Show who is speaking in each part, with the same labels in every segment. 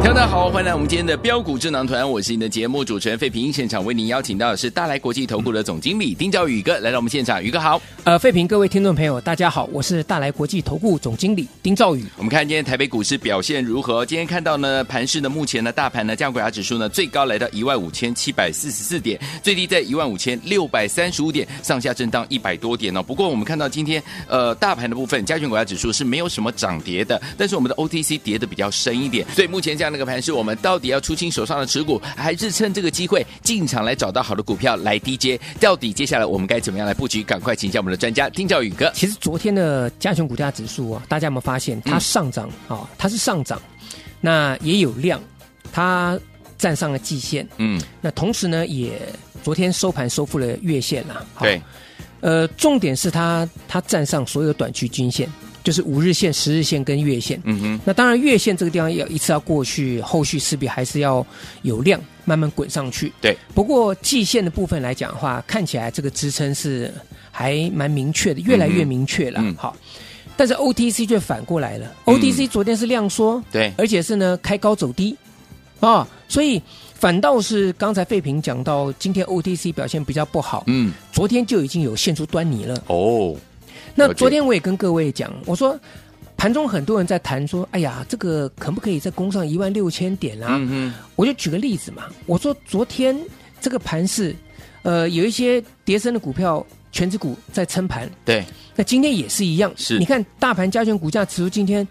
Speaker 1: 听众大家好，欢迎来我们今天的标股智囊团，我是你的节目主持人费平，现场为您邀请到的是大来国际投顾的总经理丁兆宇哥来到我们现场，宇哥好。
Speaker 2: 呃，费评各位听众朋友，大家好，我是大来国际投顾总经理丁兆宇。
Speaker 1: 我们看今天台北股市表现如何？今天看到呢，盘市呢，目前呢，大盘呢，加权股价指数呢，最高来到一万五千七百四十四点，最低在一万五千六百三十五点，上下震荡一百多点哦。不过我们看到今天呃，大盘的部分，加权股价指数是没有什么涨跌的，但是我们的 OTC 跌的比较深一点，所以目前这样的一个盘势，我们到底要出清手上的持股，还是趁这个机会进场来找到好的股票来低接？到底接下来我们该怎么样来布局？赶快请教我们的专家丁兆宇哥。
Speaker 2: 其实昨天的加权股价指数啊，大家有没有发现它上涨啊、哦？它是上涨，那也有量，它站上了季线，
Speaker 1: 嗯，
Speaker 2: 那同时呢，也昨天收盘收复了月线啦。好
Speaker 1: 对，
Speaker 2: 呃，重点是它它站上所有的短期均线，就是五日线、十日线跟月线。
Speaker 1: 嗯哼。
Speaker 2: 那当然，月线这个地方要一次要过去，后续势必还是要有量慢慢滚上去。
Speaker 1: 对，
Speaker 2: 不过季线的部分来讲的话，看起来这个支撑是还蛮明确的，越来越明确了。
Speaker 1: 嗯嗯
Speaker 2: 好，但是 OTC 却反过来了、
Speaker 1: 嗯
Speaker 2: o t c 昨天是量缩，
Speaker 1: 对，
Speaker 2: 而且是呢开高走低啊、所以反倒是刚才费平讲到，今天 OTC 表现比较不好，
Speaker 1: 嗯，
Speaker 2: 昨天就已经有现出端倪了。
Speaker 1: 哦，
Speaker 2: 那
Speaker 1: 了解
Speaker 2: 昨天我也跟各位讲，我说盘中很多人在谈说，哎呀，这个可不可以再攻上一万六千点啦、
Speaker 1: 嗯哼，
Speaker 2: 我就举个例子嘛，我说昨天这个盘是，呃，有一些跌升的股票，全指股在撑盘，
Speaker 1: 对，
Speaker 2: 那今天也是一样。
Speaker 1: 是
Speaker 2: 你看大盘加权股价指数今天，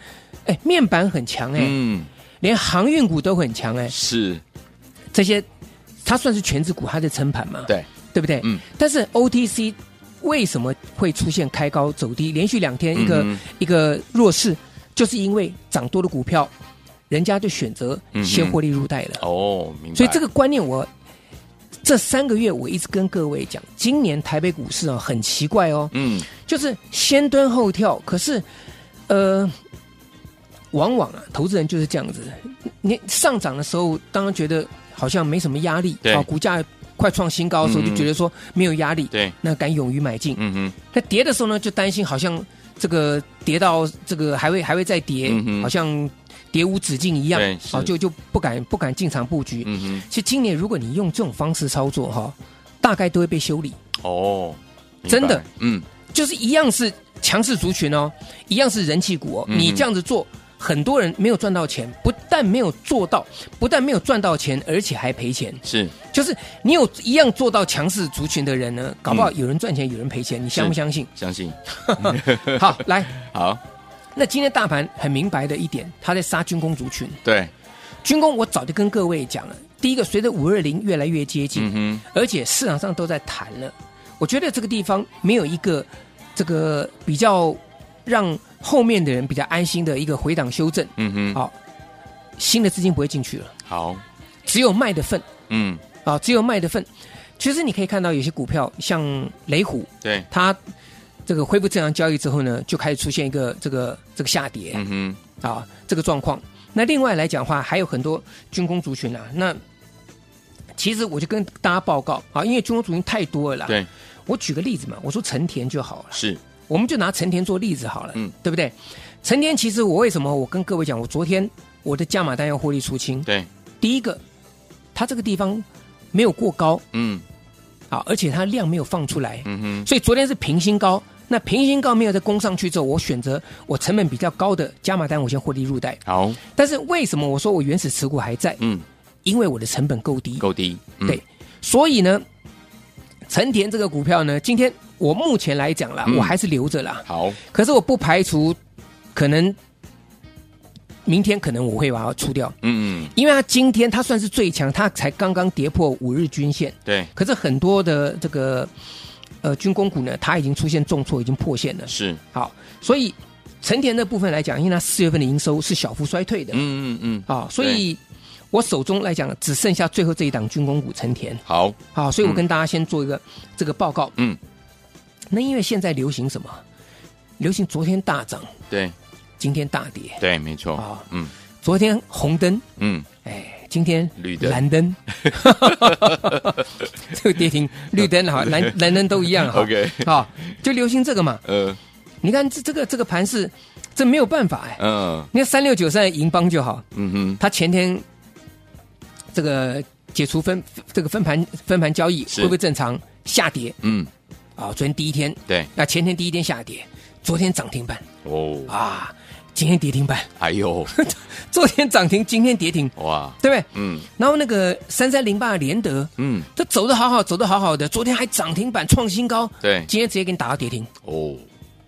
Speaker 2: 哎，面板很强哎、
Speaker 1: 嗯，
Speaker 2: 连航运股都很强哎、
Speaker 1: 是，
Speaker 2: 这些它算是全指股，它在撑盘嘛，
Speaker 1: 对，
Speaker 2: 对不对？
Speaker 1: 嗯，
Speaker 2: 但是 OTC 为什么会出现开高走低，连续两天一个、
Speaker 1: 嗯哼
Speaker 2: 一个弱势，就是因为涨多的股票，人家就选择先获利入袋了。
Speaker 1: 嗯哦，明白。
Speaker 2: 所以这
Speaker 1: 个，
Speaker 2: 个观念我。这三个月我一直跟各位讲，今年台北股市啊很奇怪哦，
Speaker 1: 嗯，
Speaker 2: 就是先蹲后跳，可是，呃，往往啊，投资人就是这样子。你上涨的时候，当然觉得好像没什么压力，
Speaker 1: 对
Speaker 2: 啊，股价快创新高的时候
Speaker 1: 嗯
Speaker 2: 就觉得说没有压力，
Speaker 1: 对，
Speaker 2: 那敢勇于买进。
Speaker 1: 嗯哼，
Speaker 2: 那跌的时候呢，就担心好像这个跌到这个还会还会再跌，
Speaker 1: 嗯哼
Speaker 2: 好像跌无止境一样
Speaker 1: 对，是
Speaker 2: 啊，就就不敢不敢进场布局。
Speaker 1: 嗯
Speaker 2: 其实今年如果你用这种方式操作哈、大概都会被修理。
Speaker 1: 哼，哦，明白
Speaker 2: 真的，
Speaker 1: 嗯，
Speaker 2: 就是一样是强势族群哦，一样是人气股哦。
Speaker 1: 嗯
Speaker 2: 你这样子做，很多人没有赚到钱，不但没有做到，不但没有赚到钱，而且还赔钱。
Speaker 1: 是，
Speaker 2: 就是你有一样做到强势族群的人呢，搞不好有人赚钱，有人赔钱，你相不相信？
Speaker 1: 相信，
Speaker 2: 好，来，
Speaker 1: 好，
Speaker 2: 那今天大盘很明白的一点，它在杀军工族群。
Speaker 1: 对，
Speaker 2: 军工我早就跟各位讲了，第一个，随着五二零越来越接近，
Speaker 1: 嗯哼，
Speaker 2: 而且市场上都在谈了。我觉得这个地方没有一个这个比较让后面的人比较安心的一个回档修正，
Speaker 1: 嗯哼，
Speaker 2: 好，新的资金不会进去了，
Speaker 1: 好，
Speaker 2: 只有卖的份
Speaker 1: 嗯，
Speaker 2: 啊，只有卖的份。其实你可以看到有些股票，像雷虎，
Speaker 1: 对，
Speaker 2: 它这个恢复正常交易之后呢，就开始出现一个这个这个下跌
Speaker 1: 嗯哼，
Speaker 2: 啊这个状况。那另外来讲的话，还有很多军工族群啊，那其实我就跟大家报告啊，因为军工族群太多了啦，
Speaker 1: 对，
Speaker 2: 我举个例子嘛，我说成田就好了，
Speaker 1: 是，
Speaker 2: 我们就拿成田做例子好了，
Speaker 1: 嗯
Speaker 2: 对不对？成田其实我为什么我跟各位讲，我昨天我的加码单要获利出清，
Speaker 1: 对，
Speaker 2: 第一个，它这个地方没有过高
Speaker 1: 嗯，
Speaker 2: 啊，而且它量没有放出来，
Speaker 1: 嗯哼，
Speaker 2: 所以昨天是平新高。那平新高没有再攻上去之后，我选择我成本比较高的加码单，我先获利入袋。
Speaker 1: 好，
Speaker 2: 但是为什么我说我原始持股还在？
Speaker 1: 嗯，
Speaker 2: 因为我的成本够低，
Speaker 1: 够低，嗯
Speaker 2: 对，所以呢，成田这个股票呢，今天我目前来讲啦，
Speaker 1: 嗯
Speaker 2: 我还是留着啦。
Speaker 1: 好，
Speaker 2: 可是我不排除可能明天可能我会把它出掉，
Speaker 1: 嗯，
Speaker 2: 因为它今天它算是最强，它才刚刚跌破五日均线，
Speaker 1: 对，
Speaker 2: 可是很多的这个呃军工股呢，它已经出现重挫，已经破线了。
Speaker 1: 是，
Speaker 2: 好，所以成田的部分来讲，因为它四月份的营收是小幅衰退的，
Speaker 1: 嗯嗯嗯，
Speaker 2: 啊，所以我手中来讲只剩下最后这一档军工股成田
Speaker 1: 好，
Speaker 2: 啊，所以我
Speaker 1: 嗯
Speaker 2: 跟大家先做一个、这个报告。
Speaker 1: 嗯，
Speaker 2: 那因为现在流行什么？流行昨天大涨，
Speaker 1: 对
Speaker 2: 今天大跌。
Speaker 1: 对，没错，
Speaker 2: 啊，
Speaker 1: 嗯
Speaker 2: 昨天红灯，
Speaker 1: 嗯，
Speaker 2: 哎，今天
Speaker 1: 绿灯
Speaker 2: 蓝灯，这个跌停绿灯哈，蓝 蓝灯都一样哈。
Speaker 1: OK
Speaker 2: 好，就流行这个嘛。
Speaker 1: 呃
Speaker 2: 你看这这个这个盘是，这没有办法哎。
Speaker 1: 嗯
Speaker 2: 你看三六九三的银邦就好，
Speaker 1: 嗯哼，
Speaker 2: 它前天这个解除分这个分盘分盘交易
Speaker 1: 是
Speaker 2: 会不会正常下跌
Speaker 1: 嗯，
Speaker 2: 啊、昨天第一天，
Speaker 1: 对，
Speaker 2: 那前天第一天下跌，昨天涨停板
Speaker 1: 哦，哎
Speaker 2: 啊，今天跌停板，
Speaker 1: 还有
Speaker 2: 昨天涨停，今天跌停，
Speaker 1: 哇，
Speaker 2: 对不对？
Speaker 1: 嗯
Speaker 2: 然后那个三三零八的联德，
Speaker 1: 嗯，
Speaker 2: 这走的好好，走的好好的，昨天还涨停板创新高，
Speaker 1: 对，
Speaker 2: 今天直接给你打到跌停。
Speaker 1: 哦，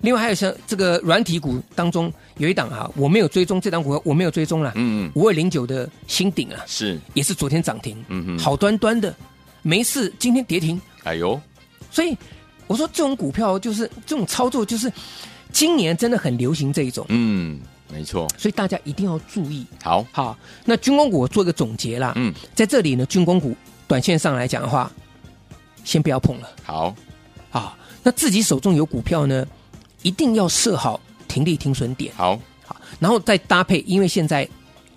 Speaker 2: 另外还有像这个软体股当中有一档啊，我没有追踪这档股票，我没有追踪啦，
Speaker 1: 嗯嗯
Speaker 2: 五二零九的新鼎啊，
Speaker 1: 是，
Speaker 2: 也是昨天涨停，
Speaker 1: 嗯哼
Speaker 2: 好端端的没事，今天跌停，
Speaker 1: 哎呦，
Speaker 2: 所以我说这种股票就是这种操作，就是今年真的很流行这一种，
Speaker 1: 嗯，没错，
Speaker 2: 所以大家一定要注意。
Speaker 1: 好，
Speaker 2: 好，那军工股我做一个总结啦，
Speaker 1: 嗯
Speaker 2: 在这里呢，军工股短线上来讲的话，先不要碰了
Speaker 1: 好，
Speaker 2: 啊。那自己手中有股票呢，一定要设好停利停损点，
Speaker 1: 好，
Speaker 2: 好，然后再搭配，因为现在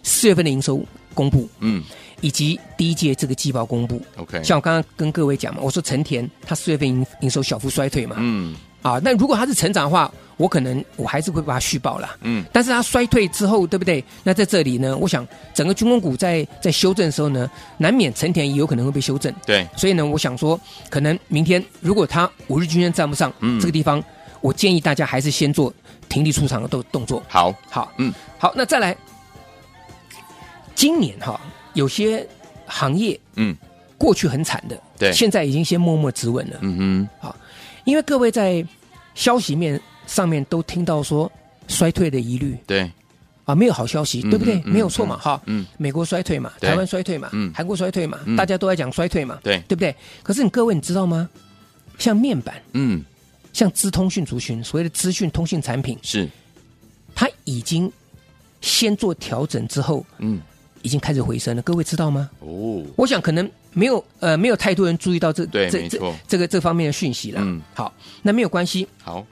Speaker 2: 四月份的营收公布，
Speaker 1: 嗯
Speaker 2: 以及第一届这个季报公布，
Speaker 1: ，OK，
Speaker 2: 像我刚刚跟各位讲嘛，我说成田它四月份营营收小幅衰退嘛，
Speaker 1: 嗯
Speaker 2: 啊，那如果它是成长的话，我可能我还是会把它续报啦。
Speaker 1: 嗯，
Speaker 2: 但是它衰退之后，对不对？那在这里呢，我想整个军工股在在修正的时候呢，难免成田也有可能会被修正。
Speaker 1: 对，
Speaker 2: 所以呢，我想说，可能明天如果它五日均线站不上，
Speaker 1: 嗯
Speaker 2: 这个地方，我建议大家还是先做停利出场的动动作。
Speaker 1: 好，
Speaker 2: 好，
Speaker 1: 嗯，
Speaker 2: 好，那再来，今年哈、有些行业
Speaker 1: 嗯
Speaker 2: 过去很惨的，
Speaker 1: 对
Speaker 2: 现在已经先默默止稳了。
Speaker 1: 嗯哼，
Speaker 2: 因为各位在消息面上面都听到说衰退的疑虑
Speaker 1: 对，
Speaker 2: 啊，没有好消息，
Speaker 1: 嗯
Speaker 2: 对不对？
Speaker 1: 嗯
Speaker 2: 没有错嘛，哈、
Speaker 1: 嗯
Speaker 2: 美国衰退嘛，
Speaker 1: 对
Speaker 2: 台湾衰退嘛，
Speaker 1: 嗯
Speaker 2: 韩国衰退嘛，
Speaker 1: 嗯
Speaker 2: 大家都在讲衰退嘛，
Speaker 1: 对，
Speaker 2: 对不对？可是你各位你知道吗？像面板、
Speaker 1: 嗯
Speaker 2: 像资通讯族群，所谓的资讯通讯产品，
Speaker 1: 是，
Speaker 2: 它已经先做调整之后，
Speaker 1: 嗯
Speaker 2: 已经开始回升了。各位知道吗？
Speaker 1: 哦，
Speaker 2: 我想可能没有呃没有太多人注意到这
Speaker 1: 对
Speaker 2: 这
Speaker 1: 没
Speaker 2: 这
Speaker 1: 错
Speaker 2: 这个这方面的讯息了。
Speaker 1: 嗯
Speaker 2: 好，那没有关系，
Speaker 1: 好，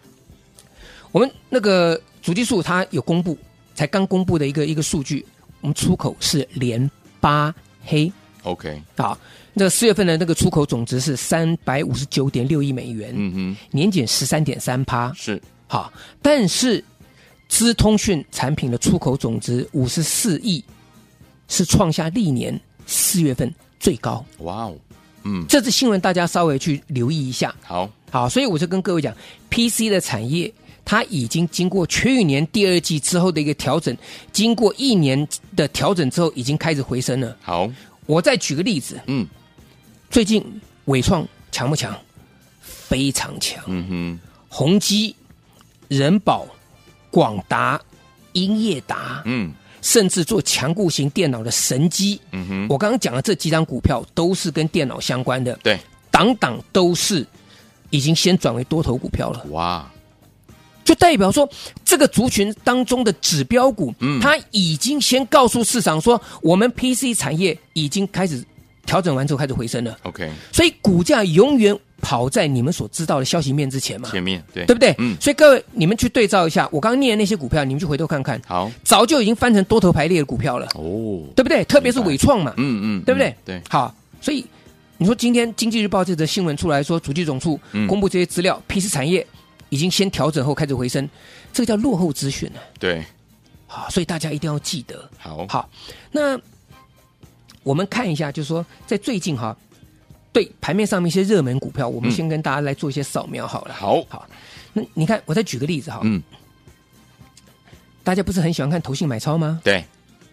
Speaker 2: 我们那个主计数它有公布，才刚公布的一个一个数据，我们出口是连八黑
Speaker 1: OK，
Speaker 2: 啊。那四月份的那个出口总值是三百五十九点六亿美元，
Speaker 1: 嗯哼，
Speaker 2: 年减十三点三趴。
Speaker 1: 是，
Speaker 2: 好，但是资通讯产品的出口总值五十四亿，是创下历年四月份最高。
Speaker 1: 哇哦，嗯，
Speaker 2: 这次新闻大家稍微去留意一下。
Speaker 1: 好，
Speaker 2: 好，所以我就跟各位讲，PC 的产业它已经经过去年第二季之后的一个调整，经过一年的调整之后，已经开始回升了。
Speaker 1: 好，
Speaker 2: 我再举个例子，
Speaker 1: 嗯
Speaker 2: 最近伟创强不强？非常强。
Speaker 1: 嗯哼，
Speaker 2: 宏基、人保、广达、英业达，
Speaker 1: 嗯
Speaker 2: 甚至做强固型电脑的神机，
Speaker 1: 嗯哼，
Speaker 2: 我刚刚讲的这几张股票都是跟电脑相关的，
Speaker 1: 对，
Speaker 2: 档档都是已经先转为多头股票了。
Speaker 1: 哇，
Speaker 2: 就代表说这个族群当中的指标股，
Speaker 1: 嗯
Speaker 2: 它已经先告诉市场说，我们 PC 产业已经开始调整完之后开始回升了，
Speaker 1: OK，
Speaker 2: 所以股价永远跑在你们所知道的消息面之前嘛，
Speaker 1: 前面对
Speaker 2: 对不对？
Speaker 1: 嗯，
Speaker 2: 所以各位，你们去对照一下，我刚刚念的那些股票，你们去回头看看，
Speaker 1: 好，
Speaker 2: 早就已经翻成多头排列的股票了，
Speaker 1: 哦，
Speaker 2: 对不对？特别是伟创嘛，
Speaker 1: 嗯嗯，
Speaker 2: 对不对
Speaker 1: 嗯？对，
Speaker 2: 好，所以你说今天《经济日报》这则新闻出来说，主计总处
Speaker 1: 嗯
Speaker 2: 公布这些资料、p c 产业已经先调整后开始回升，这个叫落后资讯啊。
Speaker 1: 对，
Speaker 2: 好，所以大家一定要记得。
Speaker 1: 好，
Speaker 2: 好，那我们看一下，就是说在最近哈，对盘面上面一些热门股票，我们
Speaker 1: 嗯
Speaker 2: 先跟大家来做一些扫描好了。
Speaker 1: 好，
Speaker 2: 好，那你看，我再举个例子哈，
Speaker 1: 嗯，
Speaker 2: 大家不是很喜欢看投信买超吗？
Speaker 1: 对，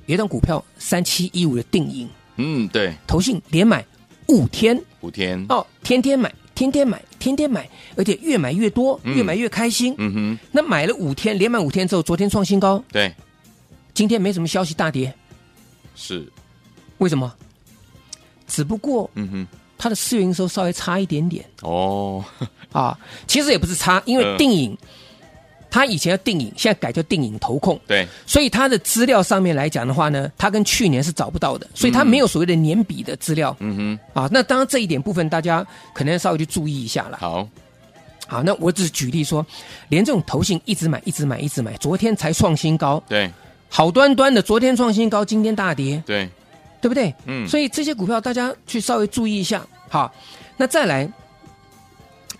Speaker 2: 有一档股票三七一五的定盈，
Speaker 1: 嗯对，
Speaker 2: 投信连买五天
Speaker 1: 五天，
Speaker 2: 哦，天天买，天天买，天天买，而且越买越多，
Speaker 1: 嗯
Speaker 2: 越买越开心。
Speaker 1: 嗯哼，
Speaker 2: 那买了五天，连买五天之后，昨天创新高，
Speaker 1: 对，
Speaker 2: 今天没什么消息大跌，
Speaker 1: 是，
Speaker 2: 为什么？只不过
Speaker 1: 嗯哼，
Speaker 2: 它的四月营收稍微差一点点
Speaker 1: 哦，
Speaker 2: 啊，其实也不是差，因为
Speaker 1: 嗯
Speaker 2: 定影，它以前叫定影，现在改叫定影投控，
Speaker 1: 对，
Speaker 2: 所以它的资料上面来讲的话呢，它跟去年是找不到的，所以它没有所谓的年比的资料
Speaker 1: 嗯
Speaker 2: 啊。那当然这一点部分大家可能稍微去注意一下了
Speaker 1: 哼，。好，
Speaker 2: 啊，那我只是举例说，连这种投信一直买、一直买、一直买，昨天才创新高，
Speaker 1: 对
Speaker 2: 好端端的昨天创新高，今天大跌，
Speaker 1: 对，
Speaker 2: 对不对？
Speaker 1: 嗯，
Speaker 2: 所以这些股票大家去稍微注意一下。好，那再来，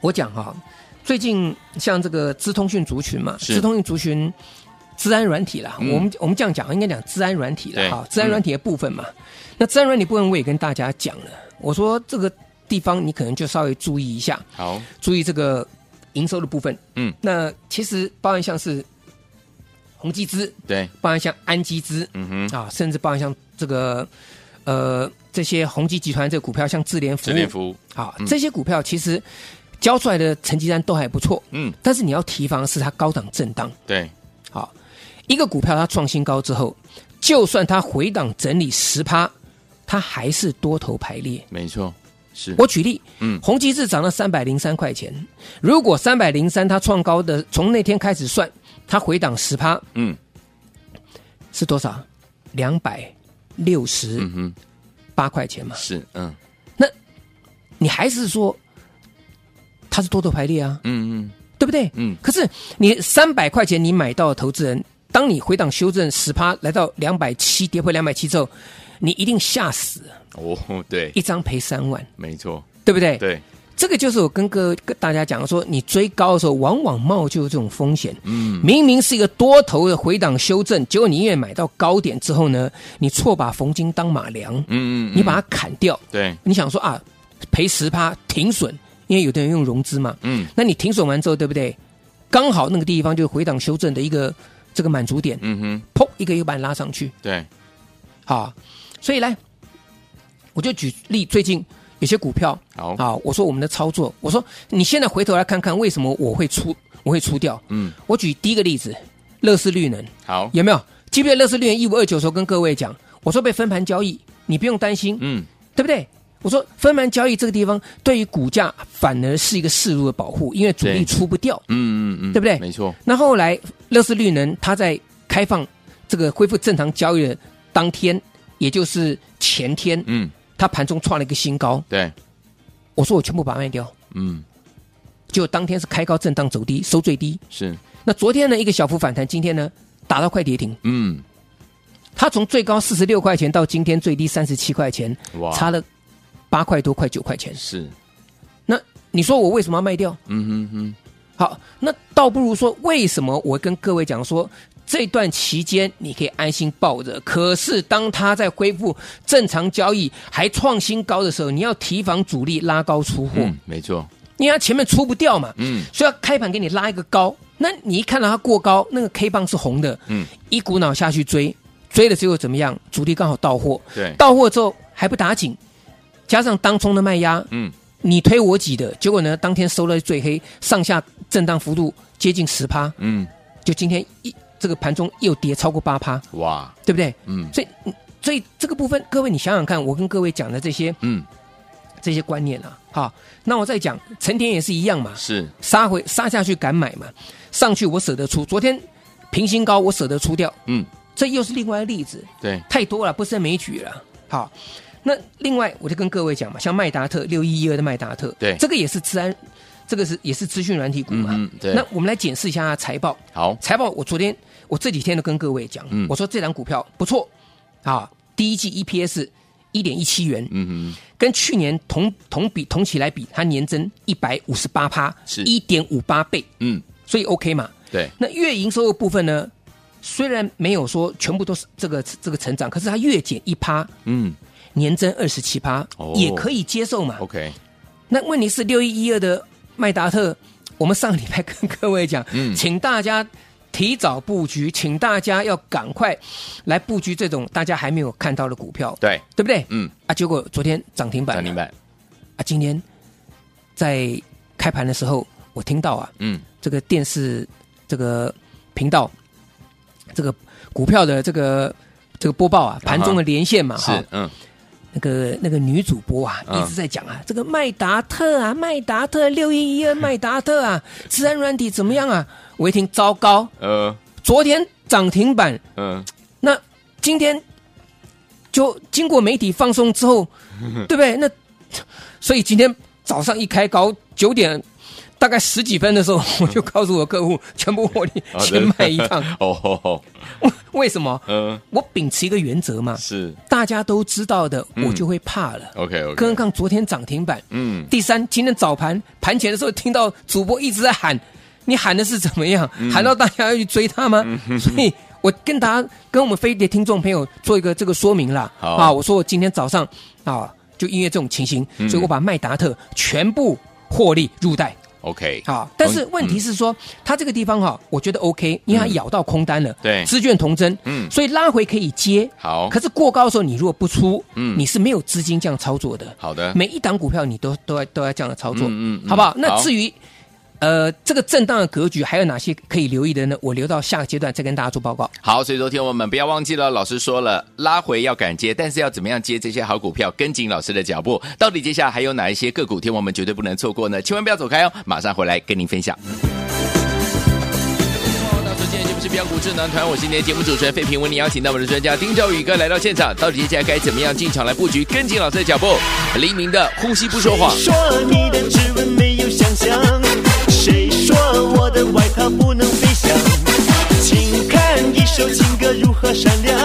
Speaker 2: 我讲哈、最近像这个资通讯族群嘛，
Speaker 1: 是
Speaker 2: 资通讯族群，治安软体啦，
Speaker 1: 嗯
Speaker 2: 我们我们这样讲应该讲治安软体
Speaker 1: 对
Speaker 2: 了哈，治安软体的部分嘛。那治安软体部分我也跟大家讲了，我说这个地方你可能就稍微注意一下，
Speaker 1: 好，
Speaker 2: 注意这个营收的部分。
Speaker 1: 嗯，
Speaker 2: 那其实包含像是宏基资，
Speaker 1: 对，
Speaker 2: 包含像安基资，
Speaker 1: 嗯哼，
Speaker 2: 啊，甚至包含像这个呃这些宏基集团这个股票，像智联服
Speaker 1: 智
Speaker 2: 务
Speaker 1: 联服务，
Speaker 2: 啊
Speaker 1: 嗯，
Speaker 2: 这些股票其实交出来的成绩单都还不错，
Speaker 1: 嗯，
Speaker 2: 但是你要提防的是它高档震荡。
Speaker 1: 对，
Speaker 2: 好，一个股票它创新高之后，就算它回档整理十趴，它还是多头排列。
Speaker 1: 没错，是，
Speaker 2: 我举例，
Speaker 1: 嗯
Speaker 2: 嗯，宏基是涨到三百零三块钱，如果三百零三它创高的，从那天开始算，它回档十趴
Speaker 1: 嗯
Speaker 2: 是多少？两百六十
Speaker 1: 嗯哼，
Speaker 2: 八块钱嘛。
Speaker 1: 是，嗯
Speaker 2: 你还是说它是多头排列啊，
Speaker 1: 嗯嗯
Speaker 2: 对不对？
Speaker 1: 嗯，
Speaker 2: 可是你三百块钱你买到的投资人，当你回档修正十趴来到两百七，跌回两百七之后，你一定吓死，
Speaker 1: 哦，对，
Speaker 2: 一张赔三万，
Speaker 1: 没错，
Speaker 2: 对不对？
Speaker 1: 对，
Speaker 2: 这个就是我跟各跟大家讲说，你追高的时候往往冒就有这种风险。
Speaker 1: 嗯，
Speaker 2: 明明是一个多头的回档修正，结果你因为买到高点之后呢，你错把逢金当马良，
Speaker 1: 嗯嗯，
Speaker 2: 你把它
Speaker 1: 它，
Speaker 2: 砍掉，
Speaker 1: 对，
Speaker 2: 你想说啊，赔十趴停损，因为有的人用融资嘛，
Speaker 1: 嗯
Speaker 2: 那你停损完之后，对不对？刚好那个地方就是回档修正的一个这个满足点，
Speaker 1: 嗯哼，
Speaker 2: 砰，一个一个把你拉上去，
Speaker 1: 对，
Speaker 2: 好，所以来，我就举例，最近有些股票
Speaker 1: 好，
Speaker 2: 啊，我说我们的操作，我说你现在回头来看看为什么我会出，我会出掉。
Speaker 1: 嗯，
Speaker 2: 我举第一个例子，乐视绿能
Speaker 1: 好，
Speaker 2: 有没有？记不记得乐视绿能一五二九时候跟各位讲，我说被分盘交易，你不用担心，
Speaker 1: 嗯，
Speaker 2: 对不对？我说分盘交易这个地方对于股价反而是一个适度的保护，因为主
Speaker 1: 对
Speaker 2: 力出不掉。
Speaker 1: 嗯嗯嗯，
Speaker 2: 对不对
Speaker 1: 没错，
Speaker 2: 那后来乐视绿能它在开放这个恢复正常交易的当天，也就是前天，
Speaker 1: 嗯，
Speaker 2: 它盘中创了一个新高。
Speaker 1: 对，
Speaker 2: 我说我全部把它卖掉，
Speaker 1: 嗯，
Speaker 2: 结果当天是开高震荡走低，收最低。
Speaker 1: 是，
Speaker 2: 那昨天呢一个小幅反弹，今天呢打到快跌停，
Speaker 1: 嗯，
Speaker 2: 它从最高四十六块钱到今天最低三十七块钱，
Speaker 1: 哇，
Speaker 2: 差了八块多，快九块钱。
Speaker 1: 嗯是，
Speaker 2: 那你说我为什么要卖掉？
Speaker 1: 嗯哼哼，
Speaker 2: 好，那倒不如说，为什么我跟各位讲说，这段期间你可以安心抱着，可是当它在恢复正常交易还创新高的时候，你要提防主力拉高出货，
Speaker 1: 嗯，没错，
Speaker 2: 因为它前面出不掉嘛，
Speaker 1: 嗯，
Speaker 2: 所以它开盘给你拉一个高，那你一看到它过高，那个 K 棒是红的，
Speaker 1: 嗯，
Speaker 2: 一股脑下去追，追了之后怎么样？主力刚好到货，
Speaker 1: 对，
Speaker 2: 到货之后还不打紧，加上当冲的卖压，
Speaker 1: 嗯，
Speaker 2: 你推我挤的，结果呢，当天收了最黑，上下震荡幅度接近十趴，
Speaker 1: 嗯，
Speaker 2: 就今天一这个盘中又跌超过八趴，
Speaker 1: 哇，
Speaker 2: 对不对？
Speaker 1: 嗯
Speaker 2: 所以，所以这个部分，各位你想想看，我跟各位讲的这些
Speaker 1: 嗯，
Speaker 2: 这些观念啊，好，那我再讲成田也是一样嘛，
Speaker 1: 是，
Speaker 2: 杀回杀下去敢买嘛，上去我舍得出，昨天平新高我舍得出掉，
Speaker 1: 嗯，
Speaker 2: 这又是另外一个例子，
Speaker 1: 对，
Speaker 2: 太多了，不胜枚举了。好，那另外我就跟各位讲嘛，像麦达特六一一二的麦达特，
Speaker 1: 对
Speaker 2: 这个也是治安，这个是也是资讯软体股
Speaker 1: 嗯
Speaker 2: 嘛。
Speaker 1: 嗯，对
Speaker 2: 那，我们来检视一下它的财报，
Speaker 1: 好，
Speaker 2: 财报我昨天我这几天都跟各位讲，
Speaker 1: 嗯
Speaker 2: 我说这档股票不错啊，第一季 EPS 一点一七元，
Speaker 1: 嗯哼，
Speaker 2: 跟去年同同比同期来比，它年增一百五十八趴，
Speaker 1: 是
Speaker 2: 一点五八倍，
Speaker 1: 嗯，
Speaker 2: 所以 OK 嘛。
Speaker 1: 对，
Speaker 2: 那月营收的部分呢，虽然没有说全部都是这个这个成长，可是它月减一趴，
Speaker 1: 嗯
Speaker 2: 年增二十七趴
Speaker 1: 哦，
Speaker 2: 也可以接受嘛。
Speaker 1: ，OK，
Speaker 2: 那问题是六一一二的麦达特，我们上个礼拜跟各位讲，
Speaker 1: 嗯
Speaker 2: 请大家提早布局，请大家要赶快来布局这种大家还没有看到的股票，
Speaker 1: 对，
Speaker 2: 对不对？
Speaker 1: 嗯，
Speaker 2: 啊，结果昨天涨停板了，
Speaker 1: 涨停板，
Speaker 2: 啊，今天在开盘的时候，我听到啊，
Speaker 1: 嗯，
Speaker 2: 这个电视这个频道这个股票的这个这个播报啊，盘中的连线嘛，哈、
Speaker 1: 是，嗯，
Speaker 2: 那个那个女主播啊，
Speaker 1: 嗯
Speaker 2: 一直在讲啊，这个麦达特啊，麦达特六 一一二麦达特啊，自然软体怎么样啊？我一听，糟糕，
Speaker 1: 呃，
Speaker 2: 昨天涨停板，
Speaker 1: 嗯，
Speaker 2: 那今天就经过媒体放松 之后，对不对？那所以今天早上一开高九点。大概十几分的时候，我就告诉我客户，全部获利
Speaker 1: 好的
Speaker 2: 先卖一趟。
Speaker 1: 哦吼吼，
Speaker 2: 为什么？
Speaker 1: 嗯，
Speaker 2: 我秉持一个原则嘛，
Speaker 1: 是
Speaker 2: 大家都知道的，
Speaker 1: 嗯
Speaker 2: 我就会怕了。
Speaker 1: ，OK
Speaker 2: 刚
Speaker 1: OK，
Speaker 2: 刚昨天涨停板，
Speaker 1: 嗯，
Speaker 2: 第三，今天早盘盘前的时候，听到主播一直在喊，你喊的是怎么样？
Speaker 1: 嗯
Speaker 2: 喊到大家要去追他吗？ 所以我跟大家跟我们飞碟听众朋友做一个这个说明啦。
Speaker 1: 好
Speaker 2: 啊，我说我今天早上啊，就因为这种情形，
Speaker 1: 嗯
Speaker 2: 所以我把麦达特全部获利入袋。
Speaker 1: OK，
Speaker 2: 啊，但是问题是
Speaker 1: 嗯
Speaker 2: 说，它这个地方哈、我觉得 OK，因为它咬到空单了，
Speaker 1: 对
Speaker 2: 资券同增，
Speaker 1: 嗯
Speaker 2: 所以拉回可以接，
Speaker 1: 好
Speaker 2: 可是过高的时候，你如果不出，
Speaker 1: 嗯
Speaker 2: 你是没有资金这样操作的，
Speaker 1: 好的，
Speaker 2: 每一档股票你都都要都要这样的操作，
Speaker 1: 嗯嗯嗯
Speaker 2: 好不好？那
Speaker 1: 好
Speaker 2: 至于呃这个震荡的格局还有哪些可以留意的呢？我留到下个阶段再跟大家做报告。
Speaker 1: 好，所以昨天我们不要忘记了，老师说了，拉回要敢接，但是要怎么样接这些好股票，跟紧老师的脚步。到底接下来还有哪一些个股，天王们绝对不能错过呢？千万不要走开哦，马上回来跟您分享。到时间节目是标股智囊团，我是今天节目主持人费平，为您邀请到我们的专家丁兆宇哥来到现场，到底接下来该怎么样进场来布局，跟紧老师的脚步？黎明的呼吸不说谎。
Speaker 3: 谁说你的指纹没有想象？谁说我的外套不能飞翔？请看一首情歌如何闪亮，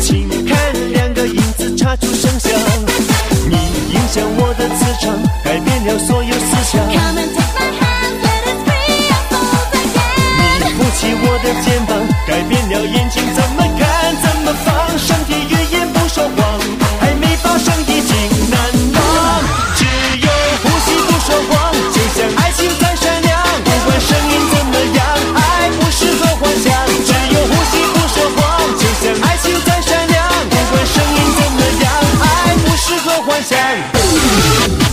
Speaker 3: 请看两个影子擦出声响。你影响我的磁场，改变了所有思想。
Speaker 4: Come and take my hand, let us free our souls again.
Speaker 3: 你扶起我的肩膀，改变了眼睛怎么看怎么放，身体语言不说谎，还没发生已经难忘。只有呼吸不说谎，就像爱情般闪亮，不管声音怎么样，爱不是个幻想。只有呼吸不说谎，就像爱情般闪亮，不管声音怎么样，爱不是个幻想。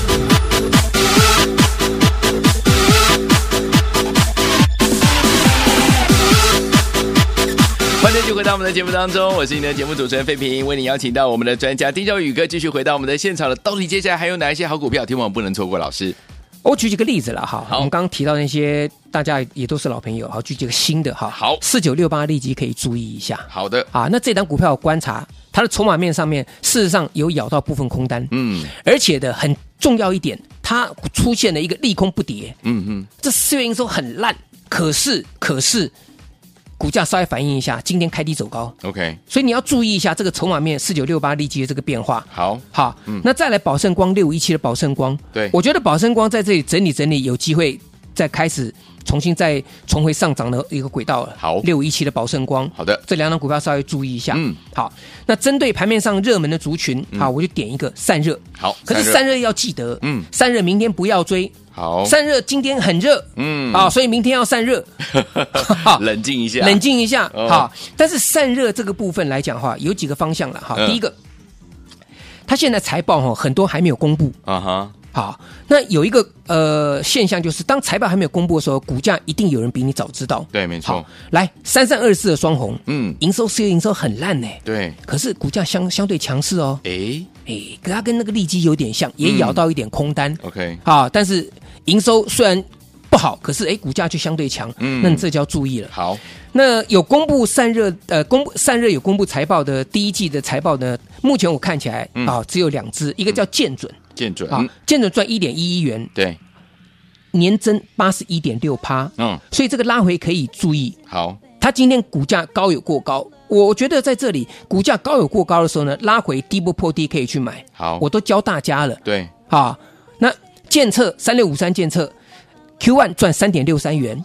Speaker 1: 欢迎继续回到我们的节目当中，我是你的节目主持人费平，为你邀请到我们的专家丁兆宇哥继续回到我们的现场了。到底接下来还有哪一些好股票，听我们不能错过？老师，
Speaker 2: 我举几个例子了哈，
Speaker 1: 好
Speaker 2: 我们刚刚提到那些大家也都是老朋友，好，举几个新的哈，
Speaker 1: 好
Speaker 2: 四九六八立即可以注意一下。
Speaker 1: 好的，
Speaker 2: 啊，那这档股票我观察它的筹码面上面，事实上有咬到部分空单，
Speaker 1: 嗯
Speaker 2: 而且的很重要一点，它出现了一个利空不跌，
Speaker 1: 嗯嗯，
Speaker 2: 这四月营收很烂，可是可是股价稍微反映一下，今天开低走高，
Speaker 1: OK，
Speaker 2: 所以你要注意一下这个筹码面四九六八利基的这个变化。
Speaker 1: 好，
Speaker 2: 好，那再来宝盛光六五一七的宝盛光，
Speaker 1: 嗯对
Speaker 2: 我觉得宝盛光在这里整理整理，有机会再开始重新再重回上涨的一个轨道了。
Speaker 1: 好
Speaker 2: 六五一七的宝盛光，
Speaker 1: 好的
Speaker 2: 这两档股票稍微注意一下。
Speaker 1: 嗯，
Speaker 2: 好，那针对盘面上热门的族群，好，我就点一个散热。
Speaker 1: 好
Speaker 2: 可是
Speaker 1: 散
Speaker 2: 散热要记得，
Speaker 1: 嗯
Speaker 2: 散热明天不要追，
Speaker 1: 好，
Speaker 2: 散热今天很热，
Speaker 1: 哦嗯
Speaker 2: 啊，所以明天要散热，
Speaker 1: 冷静一下，
Speaker 2: 冷，静一下，
Speaker 1: 哦
Speaker 2: 好。但是散热这个部分来讲的话，有几个方向了哈。
Speaker 1: 嗯
Speaker 2: 第一个，它现在财报哈很多还没有公布，
Speaker 1: 啊哈，
Speaker 2: 好，那有一个呃现象就是，当财报还没有公布的时候，股价一定有人比你早知道。
Speaker 1: 对没错
Speaker 2: 好，来三三二四的双红，
Speaker 1: 嗯，
Speaker 2: 营收四月营收很烂呢、
Speaker 1: 对，
Speaker 2: 可是股价相相对强势哦，
Speaker 1: 诶
Speaker 2: 诶，可它跟那个利基有点像，
Speaker 1: 嗯
Speaker 2: 也咬到一点空单，
Speaker 1: o k
Speaker 2: 啊，但是营收虽然不好，可是诶哎股价就相对强，
Speaker 1: 嗯
Speaker 2: 那你这就要注意了。
Speaker 1: 好，
Speaker 2: 那有公布散热呃，公布散热有公布财报的第一季的财报呢，目前我看起来
Speaker 1: 嗯
Speaker 2: 啊、只有两只，一个叫建准
Speaker 1: 见准，
Speaker 2: 啊
Speaker 1: 嗯，
Speaker 2: 建准赚一点一一元，
Speaker 1: 对，
Speaker 2: 年增八十一点六趴，
Speaker 1: 嗯，
Speaker 2: 所以这个拉回可以注意，
Speaker 1: 好，
Speaker 2: 它今天股价高有过高，我觉得在这里股价高有过高的时候呢，拉回低不破低可以去买，
Speaker 1: 好，
Speaker 2: 我都教大家了
Speaker 1: 对，
Speaker 2: 啊。那建测三六五三建测 Q one 赚三点六三元，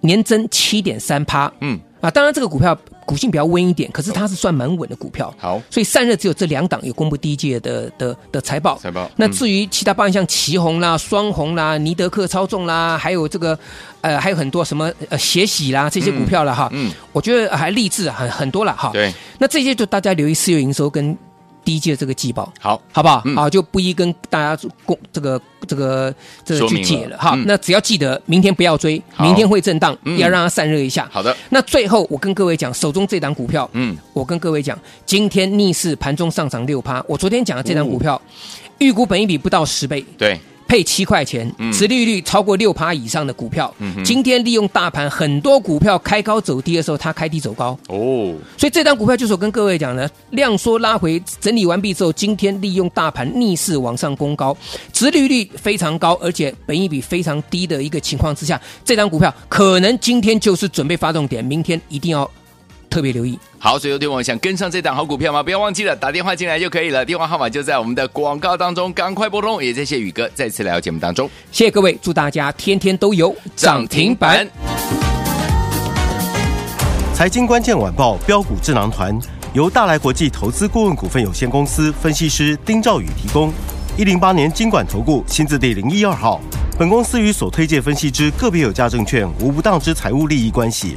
Speaker 2: 年增七点三趴，
Speaker 1: 嗯，
Speaker 2: 啊，当然这个股票股性比较温一点，可是它是算蛮稳的股票。
Speaker 1: 好
Speaker 2: 所以散热只有这两档有公布第一届的的的财报。
Speaker 1: 财报
Speaker 2: 那
Speaker 1: 嗯
Speaker 2: 至于其他八项，像旗红啦、双红啦、尼德克操纵啦，还有这个呃，还有很多什么呃血洗啦这些股票了哈。
Speaker 1: 嗯嗯
Speaker 2: 我觉得还励志啊很很多了哈。
Speaker 1: 对，
Speaker 2: 那这些就大家留意四月营收跟第一季的这个季报。
Speaker 1: 好
Speaker 2: 好不好？啊
Speaker 1: 嗯
Speaker 2: 好，就不一跟大家做公这个这个这个
Speaker 1: 说
Speaker 2: 去
Speaker 1: 明了
Speaker 2: 解了哈
Speaker 1: 嗯。
Speaker 2: 那只要记得明天不要追，
Speaker 1: 好
Speaker 2: 明天会震荡
Speaker 1: 嗯，
Speaker 2: 要让它散热一下。
Speaker 1: 好的
Speaker 2: 那最后我跟各位讲，手中这档股票，
Speaker 1: 嗯，
Speaker 2: 我跟各位讲，今天逆势盘中上涨六趴。我昨天讲的这档股
Speaker 1: 哦
Speaker 2: 票，预估本益比不到十倍，
Speaker 1: 对，
Speaker 2: 配七块钱
Speaker 1: 嗯，
Speaker 2: 殖利率超过六趴以上的股票
Speaker 1: 嗯哼，
Speaker 2: 今天利用大盘很多股票开高走低的时候，它开低走高，
Speaker 1: 哦，
Speaker 2: 所以这档股票就是我跟各位讲的，量缩拉回整理完毕之后，今天利用大盘逆势往上攻高，殖利率非常高，而且本益比非常低的一个情况之下，这档股票可能今天就是准备发动点，明天一定要特别留意。
Speaker 1: 好，所以有对我想跟上这档好股票吗？不要忘记了打电话进来就可以了，电话号码就在我们的广告当中，赶快拨通。也谢谢宇哥再次来到节目当中，
Speaker 2: 谢谢各位，祝大家天天都有涨停板。。
Speaker 5: 财经关键晚报标股智囊团由大来国际投资顾问股份有限公司分析师丁兆宇提供。一零八年经管投顾新字第零一二号。本公司与所推介分析之个别有价证券无不当之财务利益关系。